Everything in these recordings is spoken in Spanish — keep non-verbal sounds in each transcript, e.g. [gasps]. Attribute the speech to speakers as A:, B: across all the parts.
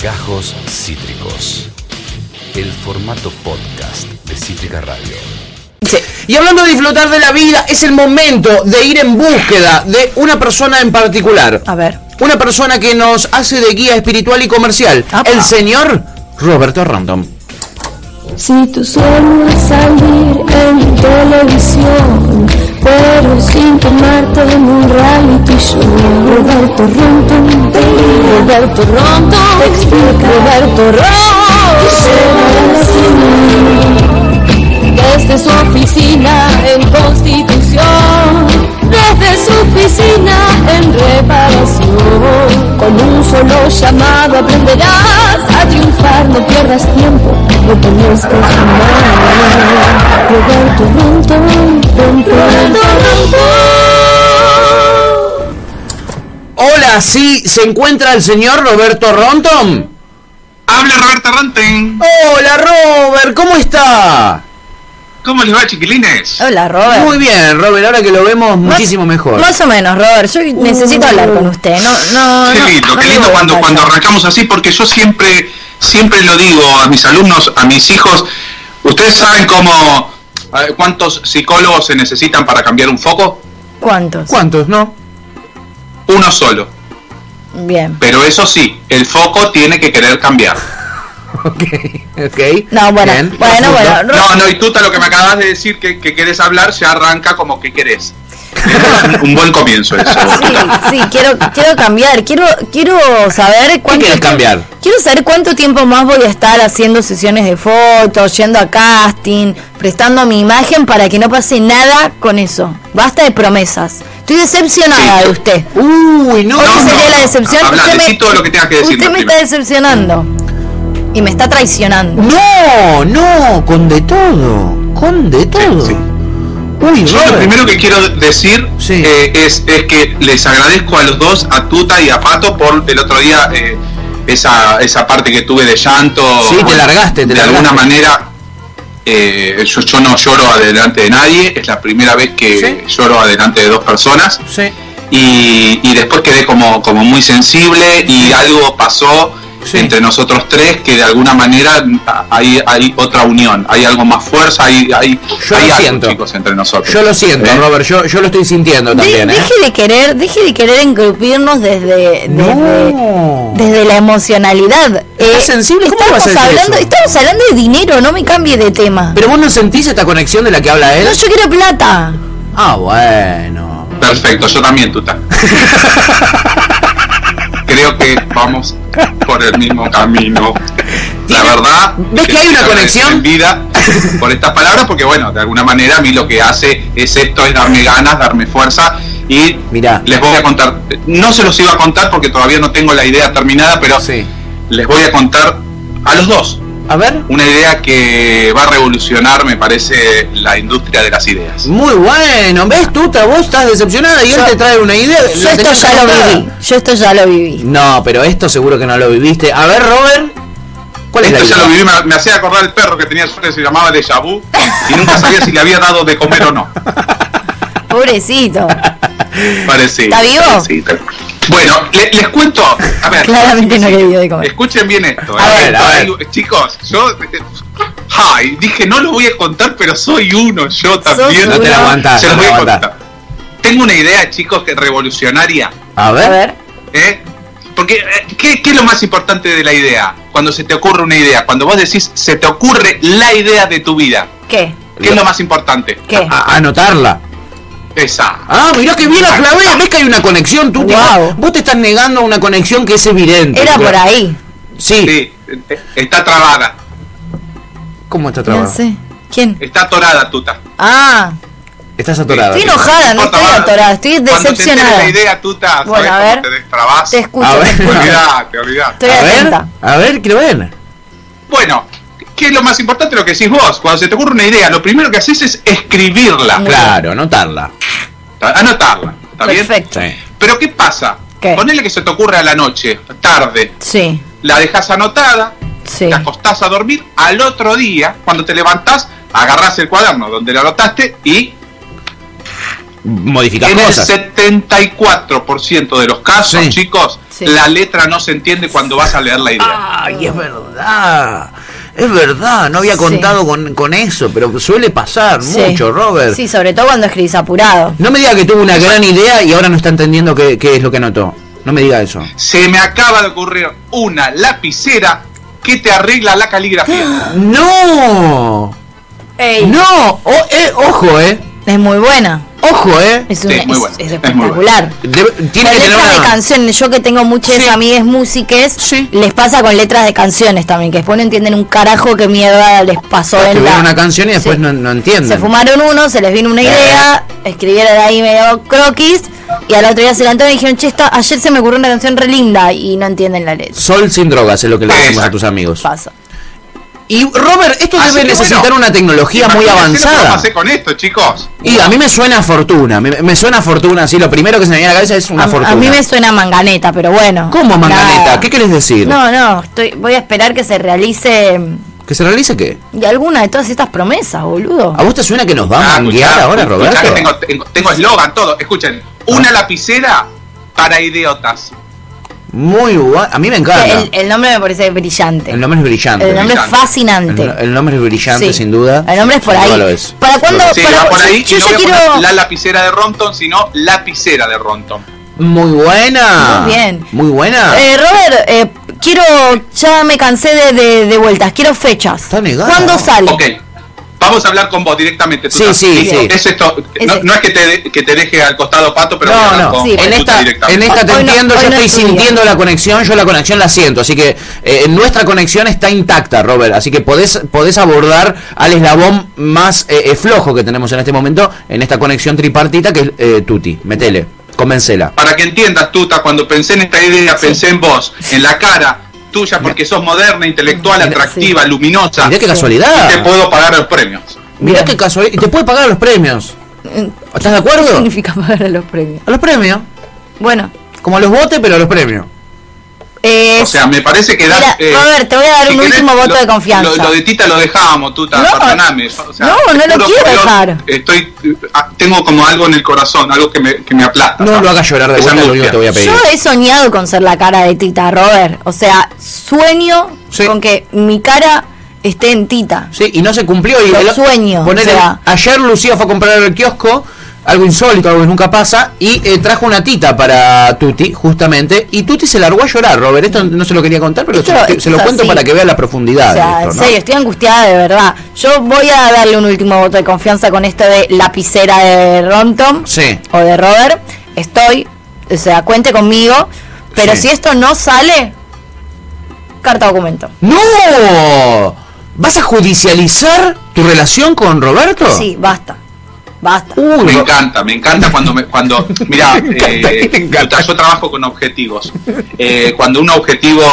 A: Gajos Cítricos. El formato podcast de Cítrica Radio.
B: Y hablando de disfrutar de la vida, es el momento de ir en búsqueda de una persona en particular.
C: A ver.
B: Una persona que nos hace de guía espiritual y comercial.
C: Apa.
B: El señor Roberto Random.
D: Si tu sueño es salir en televisión, pero sin quemarte en un reality show. Roberto Rondón te Roberto Rondón te explica. Roberto Rondón desde su oficina en Constitución, desde su oficina en Reparación. Con un solo llamado aprenderás a triunfar, no pierdas tiempo, no conozcas nada. Roberto Rondón, Roberto Rondón.
B: Hola, sí, se encuentra el señor Roberto Rondom.
E: Habla Roberta Ranten.
B: Hola, Robert, ¿cómo está?
E: ¿Cómo les va, chiquilines?
C: Hola, Robert.
B: Muy bien, Robert, ahora que lo vemos
C: Más-
B: muchísimo mejor. Uh.
C: Más o menos, Robert. Yo necesito hablar con usted. No, no,
E: Qué
C: no,
E: lindo,
C: no
E: qué
C: me
E: lindo
C: voy a
E: cuando, cuando
C: callar.
E: arrancamos así, porque yo siempre, siempre lo digo a mis alumnos, a mis hijos. Ustedes saben cómo, eh, cuántos psicólogos se necesitan para cambiar un foco.
C: ¿Cuántos?
B: ¿Cuántos, no?
E: Uno solo.
C: Bien.
E: Pero eso sí, el foco tiene que querer cambiar.
B: Ok, ok.
C: No, bueno,
B: Bien,
C: bueno,
B: profundo.
C: bueno. Ro-
E: No, no, y tú, lo que me acabas de decir que, que querés hablar, ya arranca como que querés.
C: [laughs]
E: Es un, un buen comienzo eso.
C: Sí, sí, quiero, quiero cambiar. Quiero, quiero saber cuánto.
B: quieres cambiar?
C: Quiero saber cuánto tiempo más voy a estar haciendo sesiones de fotos, yendo a casting, prestando mi imagen para que no pase nada con eso. Basta de promesas. Estoy decepcionada
E: Sí.
C: de usted.
B: Uy, no,
C: Hoy
E: No,
C: sería
E: no.
C: la decepción.
E: Habla,
C: usted me,
E: decí todo lo que tengas que decir,
C: usted me
E: Martina.
C: está decepcionando. Y me está traicionando.
B: No, no, con de todo, con de todo.
E: sí.
B: Uy,
E: Yo lo
B: Robert.
E: primero que quiero decir
B: Sí.
E: eh, es, es que les agradezco a los dos, a Tuta y a Pato, por el otro día eh, esa, esa parte que tuve de llanto.
B: Sí, te largaste, te
E: De
B: largaste.
E: alguna manera, eh, yo, yo no lloro adelante de nadie, es la primera vez que lloro adelante de dos personas.
B: Sí,
E: Y, y después quedé como, como muy sensible y algo pasó
B: Sí.
E: entre nosotros tres que de alguna manera hay, hay otra unión, hay algo más fuerza, hay, hay,
B: Yo
E: hay
B: lo
E: algo,
B: siento.
E: chicos, entre nosotros.
B: yo lo siento,
E: ¿Eh?
B: Robert, yo, yo lo estoy sintiendo
C: De-
B: también, ¿eh?
C: Deje de querer, deje de querer engrupirnos desde, desde,
B: No.
C: desde la emocionalidad. Eh,
B: ¿Estás sensible? ¿Cómo
C: estamos
B: vas a decir
C: hablando,
B: eso?
C: estamos hablando de dinero, no me cambie de tema.
B: Pero vos no sentís esta conexión de la que habla él.
C: no, yo quiero plata.
B: Ah, bueno.
E: Perfecto, yo
B: [laughs]
E: también, Tuta. Creo que vamos por el mismo camino. La verdad.
B: ¿Ves que hay una
E: estoy
B: conexión?
E: agradecida por estas palabras, porque bueno, de alguna manera a mí lo que hace es esto, es darme ganas, darme fuerza y
B: Mirá.
E: les voy a contar. No se los iba a contar porque todavía no tengo la idea terminada, pero
B: Sí.
E: les voy a contar a los dos
B: A ver.
E: una idea que va a revolucionar, me parece, la industria de las ideas.
B: Muy bueno, ¿ves, Tuta? Vos estás decepcionada y él
C: Yo-
B: te trae una idea. la
C: Yo esto
B: tenías
C: ya lo
B: anotada.
C: viví. Yo esto ya lo viví.
B: No, pero esto seguro que no lo viviste. A ver, Robert, ¿cuál es la
E: Esto ya
B: idea?
E: lo viví, me, me hacía acordar el perro que tenía suerte, se llamaba Deja Vu, y
C: [laughs]
E: nunca sabía si le había dado de comer o no. [laughs]
C: Pobrecito.
E: Parecido.
C: ¿Está vivo?
E: parecido. Bueno, le- les cuento. A ver.
C: Claramente no le dio de comer.
E: Escuchen bien esto.
B: A
E: eh.
B: ver, a ver.
E: Ay, Chicos, yo. Ay, dije, no lo voy a contar, pero soy uno, yo también.
C: uno. No te la
B: aguantás,
E: Se los
B: no te
E: voy a
B: aguantás.
E: contar. Tengo una idea, chicos, que revolucionaria.
B: A
C: A
B: ver.
C: ver.
E: ¿Eh? Porque, eh, ¿qué, qué es lo más importante de la idea? Cuando se te ocurre una idea, cuando vos decís, se te ocurre la idea de tu vida.
C: ¿Qué?
E: ¿Qué es lo más importante?
C: ¿Qué?
B: A- anotarla.
E: Esa.
B: Ah, mirá que bien la clavé. ¿Ves que hay una conexión, Tuta?
C: Ah. Guau.
B: Vos te estás negando a una conexión que es evidente.
C: Era por ahí.
B: Sí.
E: Sí, eh, está trabada,
B: ¿Cómo está
C: No
B: trabajando?
C: sé. ¿Quién?
E: está atorada, tuta.
C: Ah,
B: Estás atorada.
C: estoy enojada, no
E: importa,
C: estoy
E: va.
C: atorada, estoy
E: Cuando
C: decepcionada.
E: te enteres la idea, tuta, ¿sabes
C: Bueno, a
E: cómo
C: ver.
E: te destrabás?
C: Te escucho,
B: A
C: te
B: ver.
E: Te
C: escucho.
E: olvidate, olvidate.
C: Estoy
B: a ver,
C: atenta.
B: a ver, quiero ver.
E: Bueno, ¿qué es lo más importante? Lo que decís vos. Cuando se te ocurre una idea, lo primero que haces es escribirla,
C: Muy
B: Claro, anotarla.
E: anotarla. ¿Está bien?
C: Perfecto.
E: Pero ¿qué pasa?
C: ¿Qué?
E: Ponele que se te ocurre a la noche, tarde.
C: Sí,
E: La dejas anotada,
C: sí.
E: te acostás a dormir. Al otro día, cuando te levantás, agarrás el cuaderno donde la anotaste y
B: modificar
E: En el
B: cosas.
E: 74% de los casos,
B: Sí.
E: chicos,
C: Sí. Ah.
E: la letra no se entiende cuando vas a leer la idea.
B: Ay, es verdad. Es verdad, no había
C: Sí.
B: contado con, con eso, pero suele pasar mucho, Robert.
C: Sí, sobre todo cuando escribís apurado.
B: No me diga que tuvo una gran idea y ahora no está entendiendo qué, qué es lo que anotó. No me diga eso.
E: Se me acaba de ocurrir una lapicera que te arregla la
B: [gasps]
E: caligrafía.
B: ¡No!
C: Ey.
B: ¡No! O- eh, ojo, eh.
C: Es muy buena.
B: Ojo, eh.
C: Es,
E: Sí,
C: una-
E: muy
C: es-
E: buena.
C: es
E: Es muy
C: espectacular.
B: Debe- tiene
C: Con
B: que tener
C: letras de
B: una.
C: canciones, yo que tengo muchas
B: Sí.
C: amigas músiques,
B: Sí.
C: les pasa con letras de canciones también, que después no entienden un carajo qué mierda les pasó en la...
B: Escribieron una canción y después
C: Sí.
B: no, no entienden.
C: Se fumaron uno, se les vino una idea, escribieron ahí medio croquis, y al otro día se levantaron y dijeron, che, esta- ayer se me ocurrió una canción re linda, y no entienden la letra.
B: Sol sin drogas es lo que le decimos
E: Exacto.
B: a tus amigos.
C: Pasa.
B: Y Robert, esto
E: Así
B: debe
E: que,
B: necesitar
E: Ah, bueno,
B: una tecnología muy
E: Imagínense lo que
B: avanzada.
E: pasé con esto, chicos?
B: Y a mí me suena a fortuna, me, me suena a fortuna, sí, lo primero que se me viene a la cabeza es una
C: a,
B: fortuna.
C: a mí me suena manganeta, pero bueno.
B: ¿Cómo, Manganeta?
C: Nada.
B: ¿Qué querés decir?
C: No, no, estoy, voy a esperar que se realice mm,
B: ¿Que se realice qué?
C: y alguna de todas estas promesas, boludo.
B: ¿A vos te suena que nos va a
E: Ah,
B: manguear
E: escuchá,
B: ahora,
E: escuchá que
B: Roberto? Ah.
E: tengo- tengo- tengo eslogan, todo. Escuchen, una lapicera para idiotas.
B: Muy guay, a mí me encanta.
C: El,
B: El,
C: el nombre me parece brillante.
B: nombre es brillante.
C: El nombre es
E: brillante.
C: fascinante.
B: El no- el nombre es brillante,
C: Sí.
B: sin duda.
C: El nombre es por
B: Sin duda
C: ahí.
B: lo es.
C: ¿Para
B: Sin
C: cuándo?
B: duda lo
E: Sí,
C: Pero
E: va por ahí.
C: yo-
E: y
C: yo
E: no voy a
C: quiero-
E: poner la lapicera de Rompton, sino lapicera de Rompton.
B: es. Muy buena.
C: Muy bien.
B: Muy buena.
C: Eh, Robert, eh, quiero, ya me cansé de, de- de vueltas, quiero fechas.
B: Está negada.
C: ¿Cuándo sale?
E: Ok. Vamos a hablar con vos directamente.
B: Sí,
E: Tuta.
B: sí,
E: Listo.
B: sí.
E: Es esto. No,
C: Ese.
E: no es que te, de- que te deje al costado pato, pero voy a
B: no,
E: hablar
B: no.
E: con-
C: Sí,
E: con
B: en,
E: Tuta
B: esta, en
E: directamente.
B: esta te
C: Hoy no-
B: entiendo,
C: hoy
B: yo
C: no
B: estoy
C: es tu día.
B: sintiendo la conexión, yo la conexión la siento. Así que eh, nuestra conexión está intacta, Robert. Así que podés, podés abordar al eslabón más eh, eh, flojo que tenemos en este momento, en esta conexión tripartita, que es eh, Tuti. Metele, convencela.
E: Para que entiendas, Tuta, cuando pensé en esta idea, pensé en vos, en la cara tuya, porque sos moderna, intelectual,
C: Mira,
E: atractiva, luminosa.
B: Mirá qué
E: Y te
B: casualidad.
E: puedo pagar los premios.
B: Mirá
C: Bien.
B: qué casualidad. Y te puede pagar los premios. ¿Estás de
C: Eh, ¿Qué
B: acuerdo?
C: significa pagar a los premios?
B: A los premios.
C: Bueno,
B: Como a los botes, pero a los premios.
C: eh,
E: O sea, me parece que
C: Mira,
E: das. eh,
C: Robert, te voy a dar un último voto
E: lo-
C: de confianza.
E: Lo, lo de Tita lo dejábamos, Tuta,
C: No,
E: perdoname. O sea,
C: no, no
E: te
C: lo
E: juro
C: quiero
E: por Dios,
C: dejar.
E: Estoy, ah, tengo como algo en el corazón, algo que me, que me aplasta.
B: No lo hagas llorar de
E: Esa
B: vuelta, es lo único que
E: angustia.
B: te voy a pedir.
C: yo he soñado con ser la cara de Tita, Robert. O sea, sueño
B: Sí.
C: con que mi cara esté en Tita.
B: Sí, y no se cumplió. Y
C: Los
B: el-
C: sueños,
B: ponele,
C: o sea.
B: ayer Lucía fue a comprar al kiosco, algo insólito, algo que nunca pasa, y eh, trajo una tita para Tuti, justamente, y Tuti se largó a llorar, Robert. Esto no se lo quería contar, pero
C: Esto-
B: se, lo- se lo
C: esto
B: cuento
C: sí.
B: para que vea la profundidad.
C: O sea,
B: de esto,
C: en
B: ¿no?
C: serio, estoy angustiada de verdad. Yo voy a darle un último voto de confianza con esto de lapicera de Rontom
B: Sí.
C: o de Robert. Estoy, o sea, cuente conmigo. Pero
B: Sí.
C: si esto no sale, carta documento.
B: ¡No! ¿Vas a judicializar tu relación con Roberto?
C: Sí, basta. Basta.
B: Uy,
E: Me
B: Ro-
E: encanta, me encanta cuando me, cuando mira, eh, Tuta, yo trabajo con objetivos. Eh, cuando un objetivo,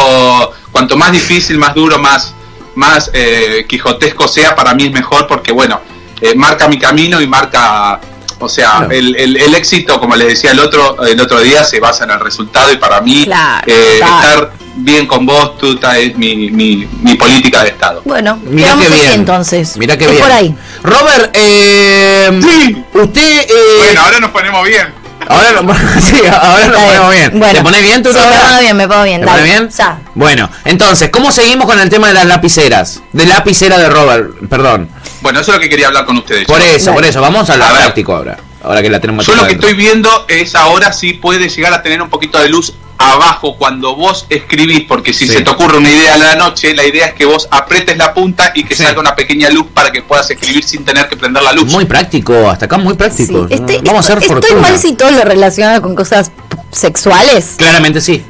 E: cuanto más difícil, más duro, más más eh, quijotesco sea, para mí es mejor porque bueno, eh, marca mi camino y marca, o sea,
B: Claro.
E: el, el- el éxito, como les decía el otro el otro día, se basa en el resultado y para mí
C: Claro,
E: eh,
C: claro.
E: estar bien con vos, Tuta, es mi, mi, mi política de estado.
C: Bueno,
B: Mirá
C: quedamos
B: qué
C: así
B: bien.
C: entonces.
B: Mirá qué
C: Es
B: bien.
C: por ahí.
B: Robert, eh,
E: Sí.
B: usted. eh,
E: Bueno, ahora nos ponemos bien.
B: ahora lo, [laughs] sí, ahora lo
C: Está bien.
B: ponemos bien.
C: Bueno.
B: ¿Te pones bien, tú
C: Sí, me pongo bien, me pongo bien.
B: ¿Te
C: dale.
B: pone bien?
C: Ya.
B: Bueno, entonces, ¿cómo seguimos con el tema de las lapiceras? De lapicera de Robert, perdón.
E: Bueno, eso es lo que quería hablar con ustedes.
B: Por
E: chicos.
B: eso, por eso, vamos a lo
E: A ver.
B: práctico ahora. Ahora que la tenemos
E: Yo lo que
B: adentro.
E: estoy viendo es ahora si puede llegar a tener un poquito de luz abajo cuando vos escribís, porque si
B: Sí.
E: se te ocurre una idea a la noche, la idea es que vos apretes la punta y que
B: Sí.
E: salga una pequeña luz para que puedas escribir sin tener que prender la luz.
B: Muy práctico, hasta acá muy
C: Sí,
B: práctico.
C: este-
B: pues, vamos a hacer
C: estoy
B: fortuna.
C: mal si todo lo relacionado con cosas p- sexuales.
B: Claramente sí.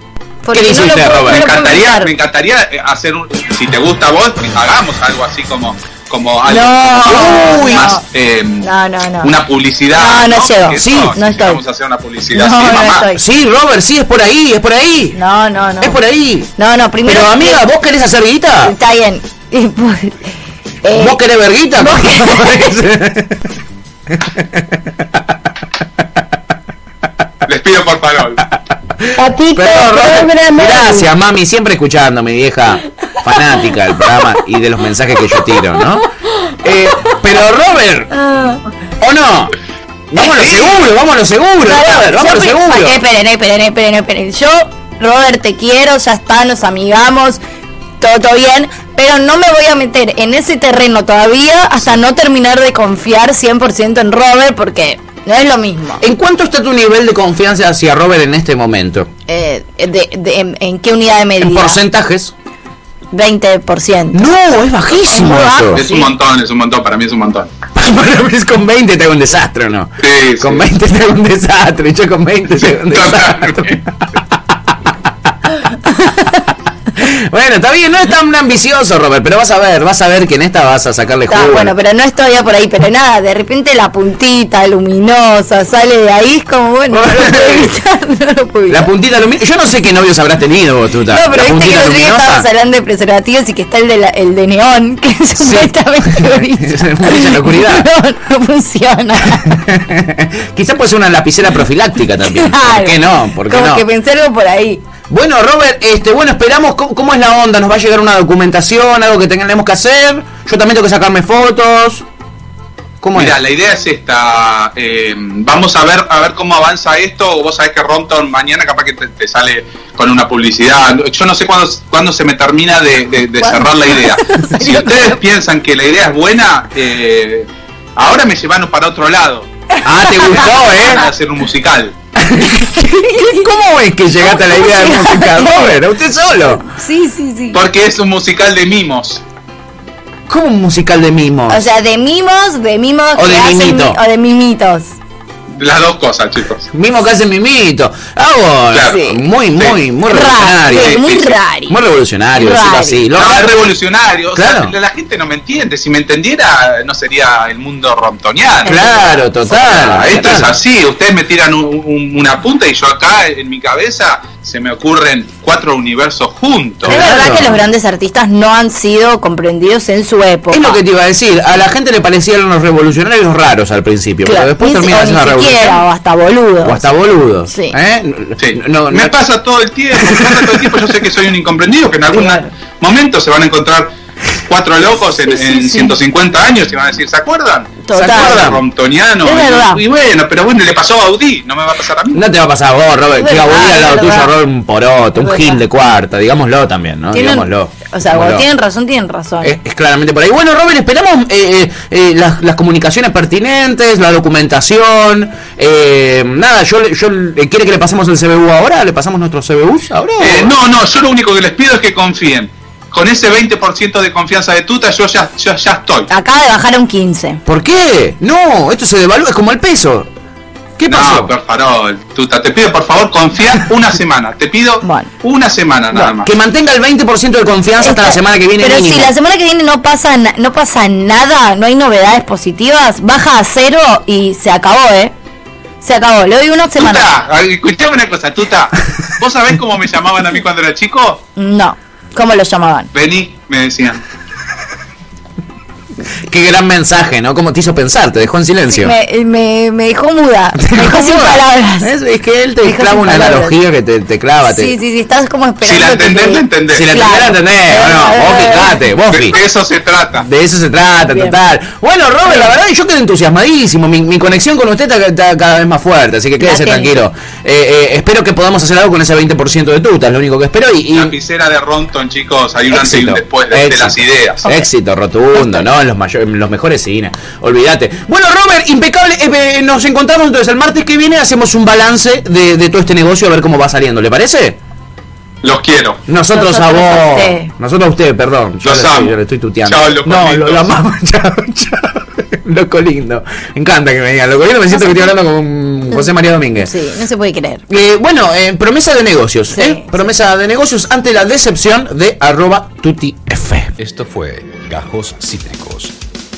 C: Porque
B: ¿Qué dice
C: no lo
B: usted,
C: puedo-
B: Robert?
E: me
C: no lo puedo
E: encantaría,
C: evitar.
E: me encantaría eh, hacer un, si te gusta a vos, hagamos algo así como como algo
C: No,
E: más,
C: no.
E: eh,
C: No, no, no.
E: una
C: No,
E: publicidad.
C: no llego.
E: Porque
B: Sí,
E: no,
C: no
E: si
C: estoy.
E: Vamos a hacer una publicidad.
C: No,
E: sí,
C: no
E: mamá.
C: estoy.
B: Sí, Robert, sí, es por ahí, es por ahí.
C: No, no, no.
B: Es por ahí.
C: No, no, primero.
B: Pero amiga, ¿vos querés hacer guita?
C: Está bien. Y, pues, eh,
B: ¿Vos querés ver guita?
C: vos [laughs]
E: Les pido por
B: [laughs]
E: favor.
C: [laughs]
D: Papito,
B: Perdón, Robert.
D: cóbrame.
B: Gracias, mami, siempre escuchando, mi vieja fanática del programa y de los
C: Ah.
B: mensajes que yo tiro, ¿no? Eh, pero Robert, ¿o no? Vamos a lo seguro, vamos a lo seguro. Robert, vamos a lo
C: yo pri-
B: seguro.
C: Eh, Esperen, eh, esperen, eh, esperen, eh, esperen. Yo, Robert, te quiero, ya está, nos amigamos, todo, todo bien, pero no me voy a meter en ese terreno todavía hasta no terminar de confiar 100% en Robert porque no es lo mismo.
B: ¿En cuánto está tu nivel de confianza hacia Robert en este momento?
C: Eh, de- de- en, en qué unidad de medida?
B: En porcentajes.
C: 20%.
B: No, es bajísimo
C: Es muy
B: eso.
C: bajo.
E: Es un montón, es un montón, para mí es un montón.
B: [laughs] Para mí es con 20 te hago un desastre, ¿o ¿no?
E: Sí,
B: Con
E: sí.
B: 20 te hago un desastre, yo con 20 te hago un desastre.
E: Totalmente.
B: Bueno, está bien, no es tan ambicioso, Robert, pero vas a ver, vas a ver que en esta vas a sacarle
C: Está,
B: jugo.
C: bueno, pero no es todavía por ahí, pero nada, de repente la puntita luminosa sale de ahí, es como bueno, no lo
B: [laughs]
C: puedo evitar, no lo puedo
B: La
C: evitar.
B: puntita luminosa. Yo no sé qué novios habrás tenido vos, Tuta.
C: No,
B: la
C: pero viste que el
B: puntita
C: otro día
B: luminosa.
C: estábamos hablando de preservativos y que está el de, la- el de neón, que
B: [laughs]
C: supuestamente brilla.
B: Brilla en la oscuridad.
C: [laughs] No, no funciona.
B: [laughs] Quizás puede ser una lapicera profiláctica
C: [laughs]
B: también. ¿Por
C: Claro.
B: qué no? ¿Por qué
C: como
B: no?
C: que pensé algo por ahí.
B: Bueno, Robert, este, bueno, esperamos cómo, cómo es la onda. Nos va a llegar una documentación, algo que tengamos que hacer. Yo también tengo que sacarme fotos. ¿Cómo
E: Mira,
B: es?
E: la idea es esta. eh, vamos a ver a ver cómo avanza esto. o Vos sabés que Rompton mañana capaz que te, te sale con una publicidad. Yo no sé cuándo, cuándo se me termina de, de- de
C: ¿Cuándo?
E: cerrar
B: [laughs]
E: la idea. si
C: Sería
E: ustedes
C: bueno.
E: piensan que la idea es buena, eh, ahora me llevaron para
B: [laughs]
E: otro lado.
B: Ah,
E: [laughs]
B: te gustó,
E: Para
B: ¿eh?
E: hacer un musical.
B: ¿Cómo es que llegaste a la idea de música, Robert? ¿A usted solo?
C: Sí, sí, sí.
E: Porque es un musical de mimos.
B: ¿Cómo un musical de mimos?
C: O sea, de mimos, de mimos
B: O
C: que
B: de
C: hacen
B: mimito.
C: mi- o de mimitos.
E: Las dos cosas, chicos.
B: Mimo que hace mimito. Ah, bueno,
E: Claro.
B: sí. muy, muy,
E: Sí.
B: muy
C: Raro,
B: revolucionario. eh,
E: sí,
C: muy
E: sí, sí.
C: raro.
B: Muy revolucionario,
C: Raro.
B: decirlo así. Lo-
E: No, Ah, es revolucionario. o sea,
B: Claro.
E: la gente no me entiende. Si me entendiera, no sería el mundo romptoniano.
B: Claro, total.
E: Ah, esto es
B: total.
E: así, ustedes me tiran un- un- una punta y yo acá en mi cabeza se me ocurren cuatro universos juntos.
C: Es verdad que los grandes artistas no han sido comprendidos en su época.
B: Es lo que te iba a decir. A la gente le parecían los revolucionarios raros al principio,
C: Claro,
B: pero después
C: ni si-
B: terminan
C: o ni
B: siendo
C: siquiera, o
B: revolucionarios.
C: hasta boludo.
B: O hasta boludos.
C: Sí.
B: ¿eh?
E: Sí.
B: No, no-
E: me pasa todo el tiempo, me pasa todo el tiempo, yo sé que soy un incomprendido, que en algún
C: Claro.
E: momento se van a encontrar cuatro locos en, en 150 años y van a decir, ¿se acuerdan?
C: Total.
E: ¿Se acuerdan?
B: Es
E: Romptoniano.
C: verdad.
E: Y, y bueno, pero bueno, le pasó a Audi, no me va a pasar a mí.
B: No te va a pasar a vos, Robert.
C: Es
B: Que
C: verdad,
B: Gaudí al lado
C: es
B: tuyo,
C: verdad.
B: Robert, un poroto, un
C: Es
B: gil
C: verdad.
B: de cuarta. Digámoslo también, ¿no?
C: Tienen-
B: Digámoslo. Eh.
C: O sea, cuando
B: Digámoslo.
C: tienen razón, tienen razón.
B: Es, es claramente por ahí. Bueno, Robert, esperamos eh, eh, eh, las, las comunicaciones pertinentes, la documentación. eh, nada, yo, le- yo le- ¿quiere que le pasemos el CBU ahora? ¿Le pasamos nuestros CBUs ahora?
E: Eh, no, no, yo lo único que les pido es que confíen. Con ese 20% de confianza de tuta, yo ya, yo ya estoy.
C: Acaba de bajar a un 15.
B: ¿Por qué? No, esto se devalúa, es como el peso. ¿Qué pasó?
E: No, por favor, Tuta, te pido por favor, confía
B: [laughs]
E: una semana. Te pido
C: Bueno.
E: una semana nada más.
B: que mantenga el 20% de confianza hasta
C: Esta-
B: la semana que viene
C: Pero
B: mínimo.
C: si la semana que viene no pasa, na- no pasa nada, no hay novedades positivas, baja a cero y se acabó, ¿eh? Se acabó, le doy una semana.
E: Tuta, ay, escuchame una
B: [laughs]
E: cosa, Tuta. ¿Vos sabés cómo me llamaban a mí cuando era chico?
C: No, ¿cómo lo llamaban?
E: Vení, me decían.
B: Qué gran mensaje, ¿no? Como te hizo pensar, te dejó en silencio.
C: Me, me, me dejó
B: [laughs]
C: muda, me dejó sin palabras.
B: Es, es que él te
C: Dejó
B: clava
C: sin
B: una
C: palabras.
B: analogía que te, te clava. te-
C: Sí, sí, sí, estás como esperando.
E: Ah, Si la
C: que te-
E: entendés, la entendés.
B: Si la
C: Claro.
B: entendés, la entendés. Bueno, vos
C: Eh,
B: fijate, vos
E: De, de
B: fijate.
E: eso se trata.
B: De eso se trata,
C: Bien.
B: total. Bueno, Robert, la verdad, yo quedé entusiasmadísimo. Mi, mi conexión con usted está, está cada vez más fuerte, así que quédese
C: tengo.
B: tranquilo. Eh, eh, espero que podamos hacer algo con ese 20% de tuta, es lo único que espero. Y, y-
E: La piscera de Ronton, chicos, hay un antes y un después de, de
B: éxito.
E: las ideas.
B: Éxito rotundo, ¿no? En los, mayo- en los mejores cines. Olvídate. Bueno, Robert, impecable. eh, eh, nos encontramos entonces el martes que viene. Hacemos un balance de, de todo este negocio a ver cómo va saliendo. ¿Le parece?
E: Los quiero.
B: Nosotros,
C: Nosotros
B: a
C: a
B: vos.
C: usted.
B: Nosotros a usted, perdón. Yo,
E: Los
B: le, estoy-
E: amo.
B: yo le estoy tuteando.
E: Chao, loco
B: no,
E: lindo.
B: lo, lo amamos. [laughs] Chao, chao. Loco lindo. Me encanta que me digan. Loco lindo, me siento que estoy hablando con José María Domínguez.
C: Sí, no se puede creer.
B: Eh, bueno, eh, promesa de negocios.
C: Sí,
B: ¿eh?
C: sí.
B: Promesa de negocios ante la decepción de arroba tutif.
A: Esto fue Gajos Cítricos.